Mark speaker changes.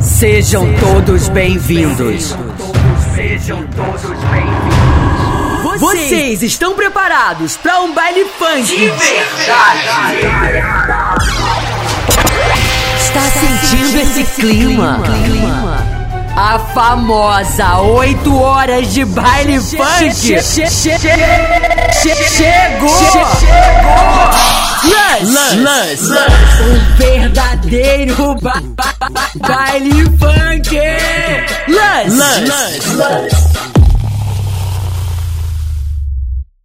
Speaker 1: Sejam todos bem-vindos.
Speaker 2: Sejam todos bem-vindos.
Speaker 1: Vocês estão preparados para um baile
Speaker 2: De
Speaker 1: funk?
Speaker 2: verdade.
Speaker 1: Está sentindo esse clima? A famosa 8 horas de baile funk chegou! Lance, lance, um verdadeiro ba ba ba baile funk. Lance, lance,